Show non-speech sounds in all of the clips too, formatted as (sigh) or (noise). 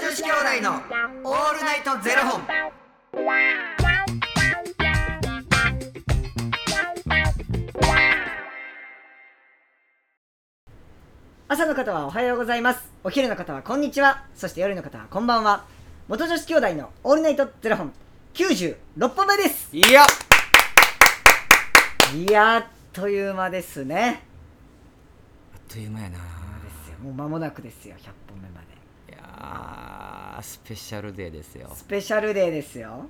子兄弟のオールナイトゼロ本。朝の方はおはようございますお昼の方はこんにちはそして夜の方はこんばんは元女子兄弟のオールナイトゼロ本96本目ですいや、いやあっという間ですねあっという間やな。ですよもう間もなくですよ100本目までいやー、スペシャルデーですよ。スペシャルデーですよ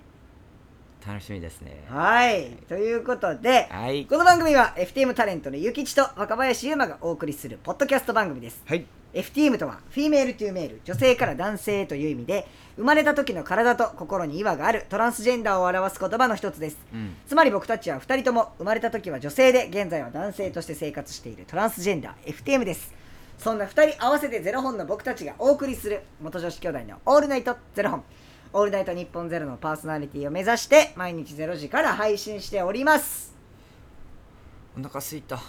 楽しみですね。はいということで、はいこの番組は FTM タレントのゆきちと若林優馬がお送りするポッドキャスト番組ですはい。 FTM とはフィメールというメール女性から男性へという意味で生まれた時の体と心に違和があるトランスジェンダーを表す言葉の一つですうん。つまり僕たちは2人とも生まれた時は女性で現在は男性として生活しているトランスジェンダー FTM ですそんな2人合わせてゼロ本の僕たちがお送りする元女子兄弟の「オールナイトゼロ本」「オールナイト日本ゼロのパーソナリティを目指して毎日ゼロ時から配信しておりますお腹す (laughs) いた。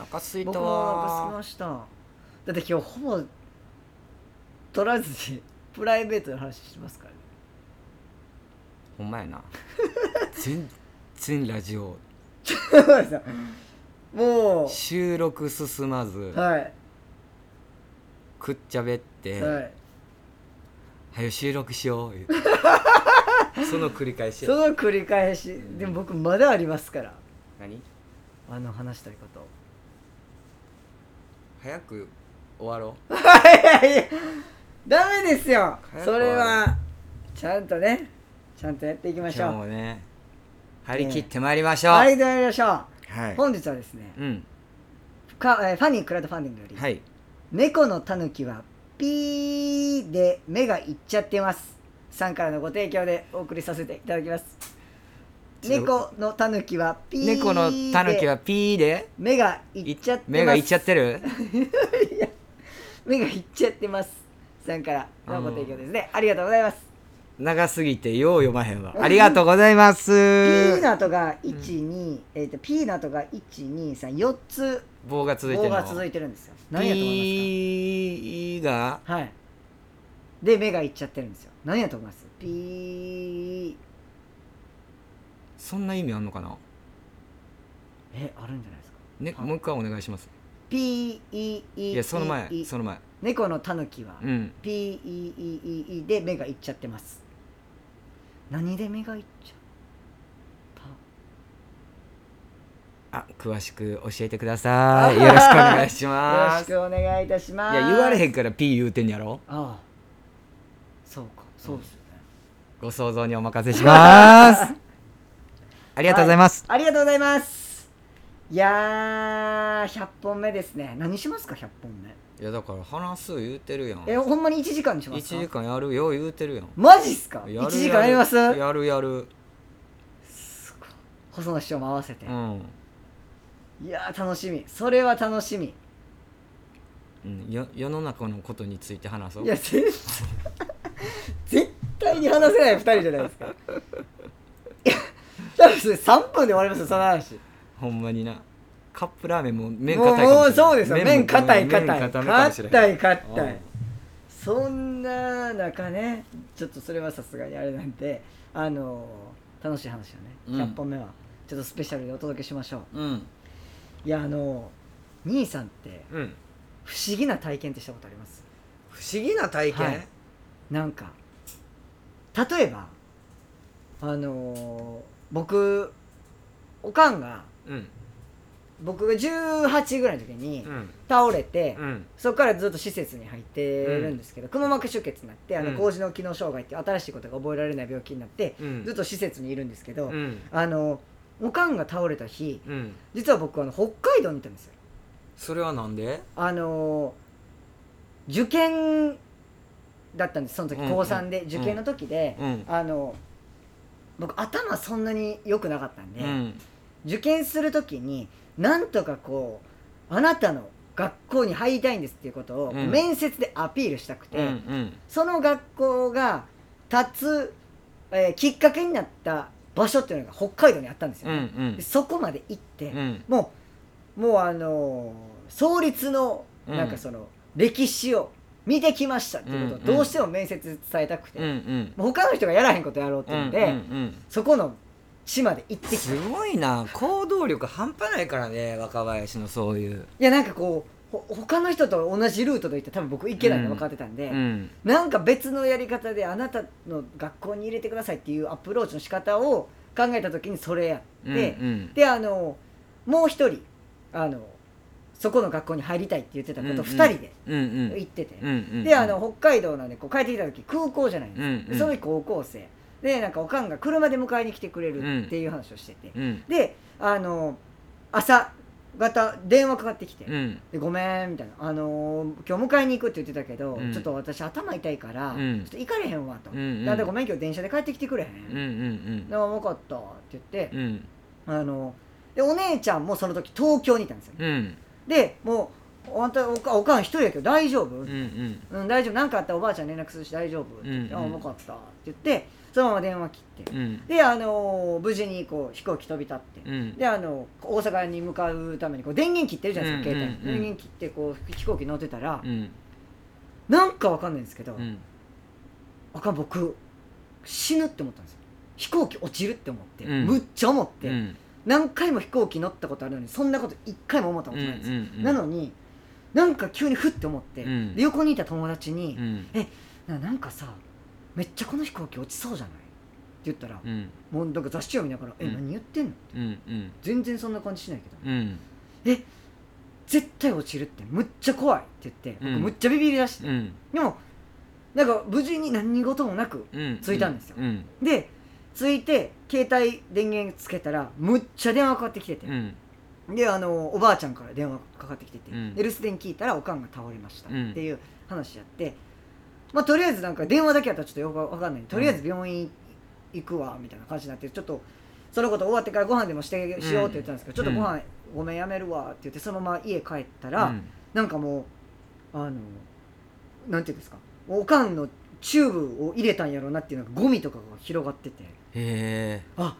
お腹すいた僕もお腹すきまわしただって今日ほぼ取らずに (laughs) プライベートの話してますからねほんまやな。全然ラジオ。 (laughs) そうですよも (laughs) う収録進まず、はいくっちゃべって、ははいよ収録しよう言うて。 (laughs) その繰り返しそ。の繰り返しでも僕まだありますから何あの話したいこと早く終わろう。はいやいやダメですよ早くそれはちゃんとねちゃんとやっていきましょ今日うもね、張り切ってまいりましょう。はいではやりましょはう本日はですねうん。かえーファニークラウドファンディングより、はい。猫のたぬきはピーで目がいっちゃってますさんからのご提供でお送りさせていただきますちょ猫のたぬきはピーで猫のタヌキはピーで目がいっちゃってます目がいっちゃってる目がいっちゃってますさんからのご提供ですねありがとうございます長すぎてよう読まへんわありがとうございますピーナットが12、えー、とピーナットが1234つ棒が続いて棒るのが続いてるんですよ何やと思いピーがますかはいで目がいっちゃってるんですよ何やと思いますピーそんな意味あんのかなえあるんじゃないですかねはいもう一回お願いしますピーいやその前その前猫のタヌキは、うんピーイーイーイーで目がいっちゃってます何で目がいっちゃったあ詳しく教えてくださいよろしくお願いしよろましすいくお願いいたしますや言われへんんからピー言うてんやろああそうかそうですよね、ご想像にお任せしますありがとうございます、 (laughs) ありがとうございますいやー100本目ですね何しますか100本目い、やだから話す言うてるやんえほんまに1時間にしますか1時間やるよ言うてるやんマジっすかやる1時間やりますやるやるやるすごい細野師匠も合わせてう、ん、いやー楽しみそれは楽しみうん、よ世の中のことについて話そういや絶対絶対に話せない2人じゃない (laughs) ですかいや多分それ3分で終わりますよその話ほんまになカップラーメンも麺もう硬いもうそうですよ麺も硬い麺硬い硬硬い硬うんいそんな中ねちょっとそれはさすがにあれなんであの楽しい話をうんね100本目はちょっとスペシャルでお届けしましょううんいやあの兄さんってうん不思議な体験ってしたことあります不思議な体験、はいなんか例えばあの僕おかんがうん僕が18ぐらいの時にうん倒れて、うんそこからずっと施設に入ってるんですけど、くも膜出血になってあうんの麹の機能障害っていう新しいことが覚えられない病気になって、うんずっと施設にいるんですけど、うんあのおかんが倒れた日うん実は僕あの北海道にいたんですよ。それはなんであの受験だったんですその時うん高3で、うん受験の時で、うんあの僕頭そんなに良くなかったんで、うん受験する時になんとかこうあなたの学校に入りたいんですっていうことをうん面接でアピールしたくて、うんうんその学校が立つ、えーきっかけになった場所っていうのが北海道にあったんですようね、んでそこまで行って、うんもうもうあのー創立のなんかその歴史を見てきましたっていうことをうんうんどうしても面接伝えたくて、うんうんもう他の人がやらへんことやろうってういうんんで、うんそこの地まで行ってきたすいごいな行動力半端ないからね若林のそういう、やなんかこうほ他の人と同じルートといったら多分僕行けないの分かってたんで、うん、なんか別のやり方であなたの学校に入れてくださいっていうアプローチの仕方を考えた時にそれやって、うんであのもう一人あのそこの学校に入りたいって言ってたう子ん、と2人でうんうん行ってて、うんうんであの北海道なんでこう帰ってきた時空港じゃないんですうか、んうでんその時高校生でなんかおかんが車で迎えに来てくれるっていう話をしてて、うんであの朝方電話かかってきて、うんでごめんみたいな、あのー今日迎えに行くって言ってたけど、うんちょっと私頭痛いから、うんちょっと行かれへんわと、うんうんなんでごめん今日電車で帰ってきてくれへん、うんうんでも分かったって言ってう、んあのーでお姉ちゃんもその時東京にいたんですよ、うんでもうあんたおかおかん一人やけど大丈夫、ううんんうん大丈夫何かあったらおばあちゃんに連絡するし大丈夫って言って、うんうんあ分かったって言ってそのまま電話切って、うんで、あのー無事にこう飛行機飛び立って、うんであの大阪に向かうためにこう電源切ってるじゃないですか、うん携帯うんうん電源切ってこう飛行機乗ってたら、うんなんかわかんないんですけど、うんあかん僕死ぬって思ったんですよ飛行機落ちるって思って、うんむっちゃ思って、うん何回も飛行機乗ったことあるのにそんなこと一回も思ったことないんですよ、うんうんうんなのになんか急にふって思って、うんで横にいた友達にう、んななんかさめっちゃこの飛行機落ちそうじゃないって言ったら、うんもうなんか雑誌を見ながら「うえん何言ってんの?」うんうん全然そんな感じしないけど、うん絶対落ちるってむっちゃ怖いって言って、僕うんむっちゃビビりだして、うんでもなんか無事に何事もなくうん着いたんですようんで着いて携帯電源つけたらむっちゃ電話かかってきててう、んであのおばあちゃんから電話かかってきてて、うんで留守電聞いたらおかんが倒れましたっうんていう話やって、まあ、とりあえずなんか電話だけやったらちょっとよくわかんないとりあえず病院行くわみたいな感じになってちょっとそのこと終わってからご飯でもしてしようって言ったんですけど、うんちょっとご飯ごめんやめるわって言ってそのまま家帰ったら、うんなんかもうあのなんていうんですかおかんのチューブを入れたんやろうなっていうのがゴミとかが広がっててへあ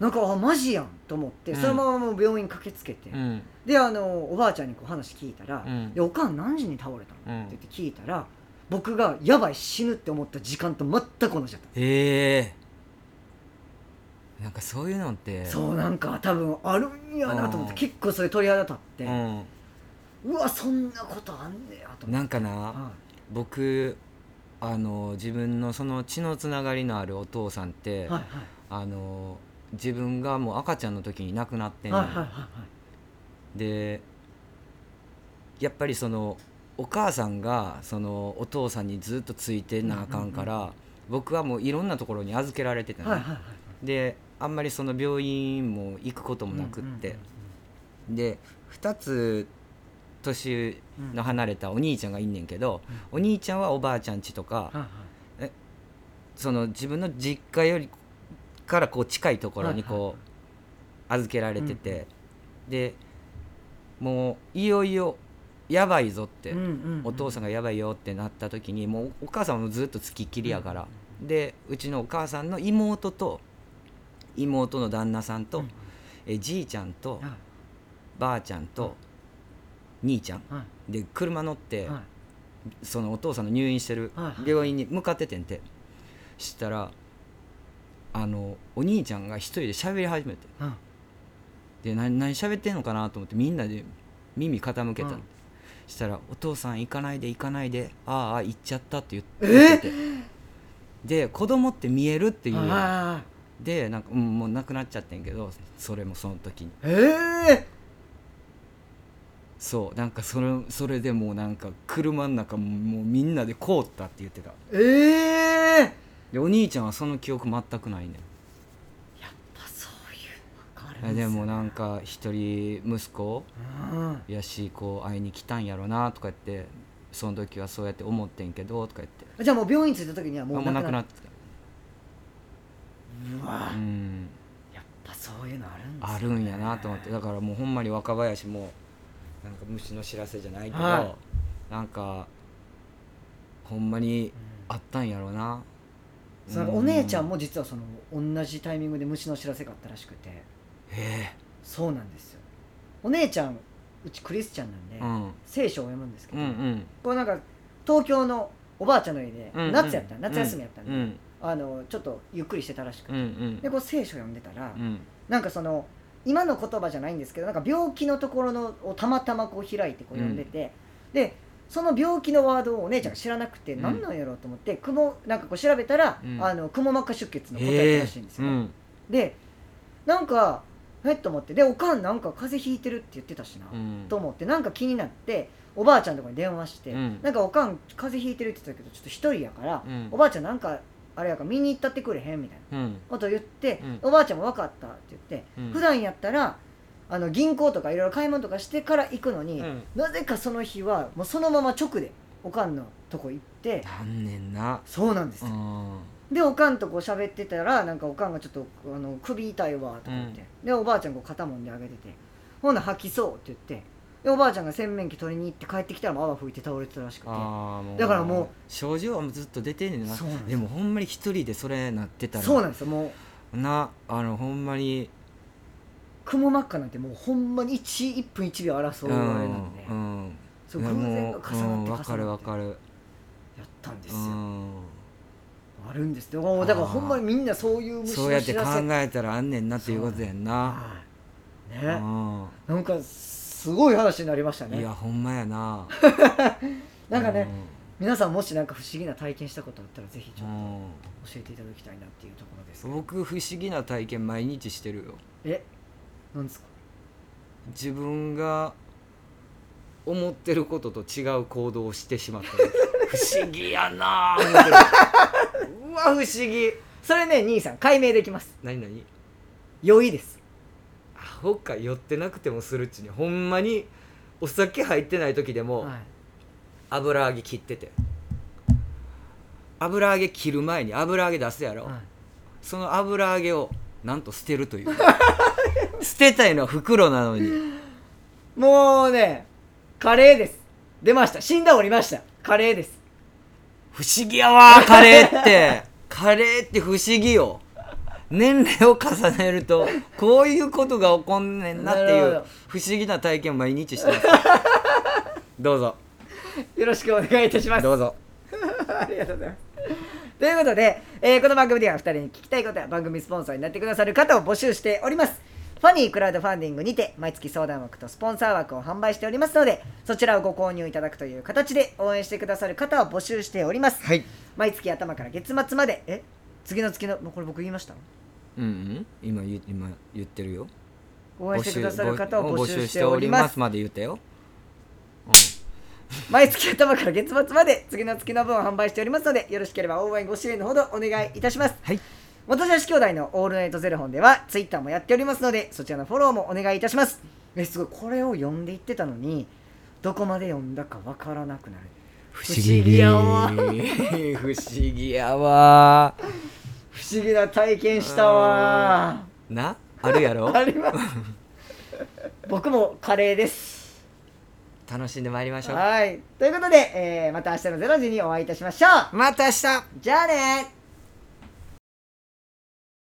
なんかあマジやんと思って、うんそのままもう病院駆けつけて、えうんであのおばあちゃんにこう話聞いたら「うんでおかん何時に倒れたの?」うんって言って聞いたら僕が「やばい死ぬ」って思った時間と全く同じだった、へえなんかそういうのってそうなんか多分あるんやなと思ってうん結構それ鳥肌立って、ううんわそんなことあんねやと思っなんかてなは僕あの自分のその血のつながりのあるお父さんっいてはいあの自分がもう赤ちゃんの時に亡くなってはいんはいはのいはいでやっぱりそのお母さんがそのお父さんにずっとついてなあかんから、僕はもういろんなところに預けられてたの、はいはいはいはいであんまりその病院も行くこともなくって、で2つ年うんうんうんうんの離れたお兄ちゃんがいんねんけど、お兄ちゃんはおばあちゃん家とか、はいはいその自分の実家よりからこう近いところにはいはこう預けられてて、でもういよいよやばいぞって、うんうんうんお父さんがやばいよってなった時にもうお母さんもずっとつきっきりやから、でうちのお母さんの妹と妹の旦那さんと、うんえじいちゃんとはいばあちゃんと、兄ちゃんはいで車乗って、はいそのお父さんの入院してるはいはい病院に向かっててんてしたらあのお兄ちゃんが一人で喋り始めてうんで何何喋ってんのかなと思ってみんなで耳傾けたの、うんしたら「お父さん行かないで行かないでああ行っちゃった」って言えっててで子供って見えるっていうはいやんはいはいでなんか、うんもう亡くなっちゃってんけどそれもその時にええそうなんかそれそれでもうなんか車の中ももうみんなで凍ったって言ってたええでお兄ちゃんはその記憶全くないねんやっぱそういうのがあるんえすでねもなんか一人息子うんやしこう会いに来たんやろなとか言ってその時はそうやって思ってんけどとか言ってじゃあもう病院着いた時にはあももううなくなっってたうわうんやっぱそういうのあるんですねあるんやなと思ってだからもうほんまに若林もなんか虫の知らせじゃないけど、はなんかほんまうにんあったんやろなそのお姉ちゃんも実はその同じタイミングで虫の知らせがあったらしくてへそうなんですよお姉ちゃんうちクリスチャンなんで、えうん聖書を読むんですけうんど、うんこうなんか東京のおばあちゃんの家で、うんうん夏やった夏休みやったんで、うんあのちょっとゆっくりしてたらしくうんうて、んでこう聖書読んでたら、うんなんかその今の言葉じゃないんですけどなんか病気のところのをたまたまこう開いてこう読んでて、でその病気のワードをお姉ちゃんが知らなくてうん何なんやろうと思って、くもなんかこう調べたら、うんあのくも膜下出血の答ええらえしいんですうよ、んでなんかえっと思ってでおかんなんか風邪ひいてるって言ってたしな、うんと思ってなんか気になっておばあちゃんとかに電話して、うんなんかおかん風邪ひいてるって言ってたけどちょっと一人やから、うんおばあちゃんなんかあれやから見に行ったってくれへんみたいなうんこと言って、うおばあちゃんも分かったって言って、うん普段やったらあの銀行とかいろいろ買い物とかしてから行くのに、うんなぜかその日はもうそのまま直でおかんのとこ行ってなんねんなそうなんですうよ、んでおかんとこう喋ってたらなんかおかんがちょっとあの首痛いわとか言って、でおばあちゃんこう肩もんであげててほんなら吐きそうって言ってでおばあちゃんが洗面器取りに行って帰ってきたらもう泡吹いて倒れてたらしくてあーもうだからもう症状はもうずっと出てんねんなそうなんですでもほんまに一人でそれなってたらそうなんですよもうなあのほんまにくも膜下なんてもうほんまに 1, 1分1秒争うあれなんで、うんそう偶然が重なって重なって、わかるわかるやったんですうよ、んあるんですよもうだからほんまにみんなそういう虫そうのやって知考らせえたらあんねんなっていうことやんなはいうんねなんかすごい話になりましたいねやほんまやな (laughs) なんかねうん皆さんもしなんか不思議な体験したことあったらぜひちょっうんと教えていただきたいなっていうところです僕不思議な体験毎日してるよえなんですか自分が思ってることと違う行動をしてしまった不思議やなぁ思ってるうわ不思議それね兄さん解明できます何何酔いですアホか酔ってなくてもするっちにほんまにお酒入ってない時でも、はい油揚げ切ってて油揚げ切る前に油揚げ出すやろ、はいその油揚げをなんと捨てるという捨てたいのは袋なのにもうねカレーです出ました死んだおりましたカレーです不思議やわカレーってカレーって不思議よ年齢を重ねるとこういうことが起こんねんなっていなるほうど不思議な体験を毎日してますどうぞよろしくお願いいたしますどうぞ (laughs) ありがとうございます。ということで、えーこの番組では2人に聞きたいことや番組スポンサーになってくださる方を募集しております。ファニークラウドファンディングにて毎月相談枠とスポンサー枠を販売しておりますのでそちらをご購入いただくという形で応援してくださる方を募集しております、はい毎月頭から月末までえ次の月のもうこれ僕言いましたうんうん今言今言ってるよ応援してくださる方を募集しておりますまで言ったよ毎月頭から月末まで次の月の分を販売しておりますのでよろしければ応援ご支援のほどお願いいたしますはい元女子兄弟の「オールナイトゼロ本」ではツイッターもやっておりますのでそちらのフォローもお願いいたしますえすごいこれを読んでいってたのにどこまで読んだかわからなくなる不思議やわ不思議やわ不思議な体験したわなあるやろー (laughs) あります僕もカレーです楽しんでまいりましょうはいということで、えーまた明日の「ゼロ時にお会いいたしましょまた明日うじゃあねー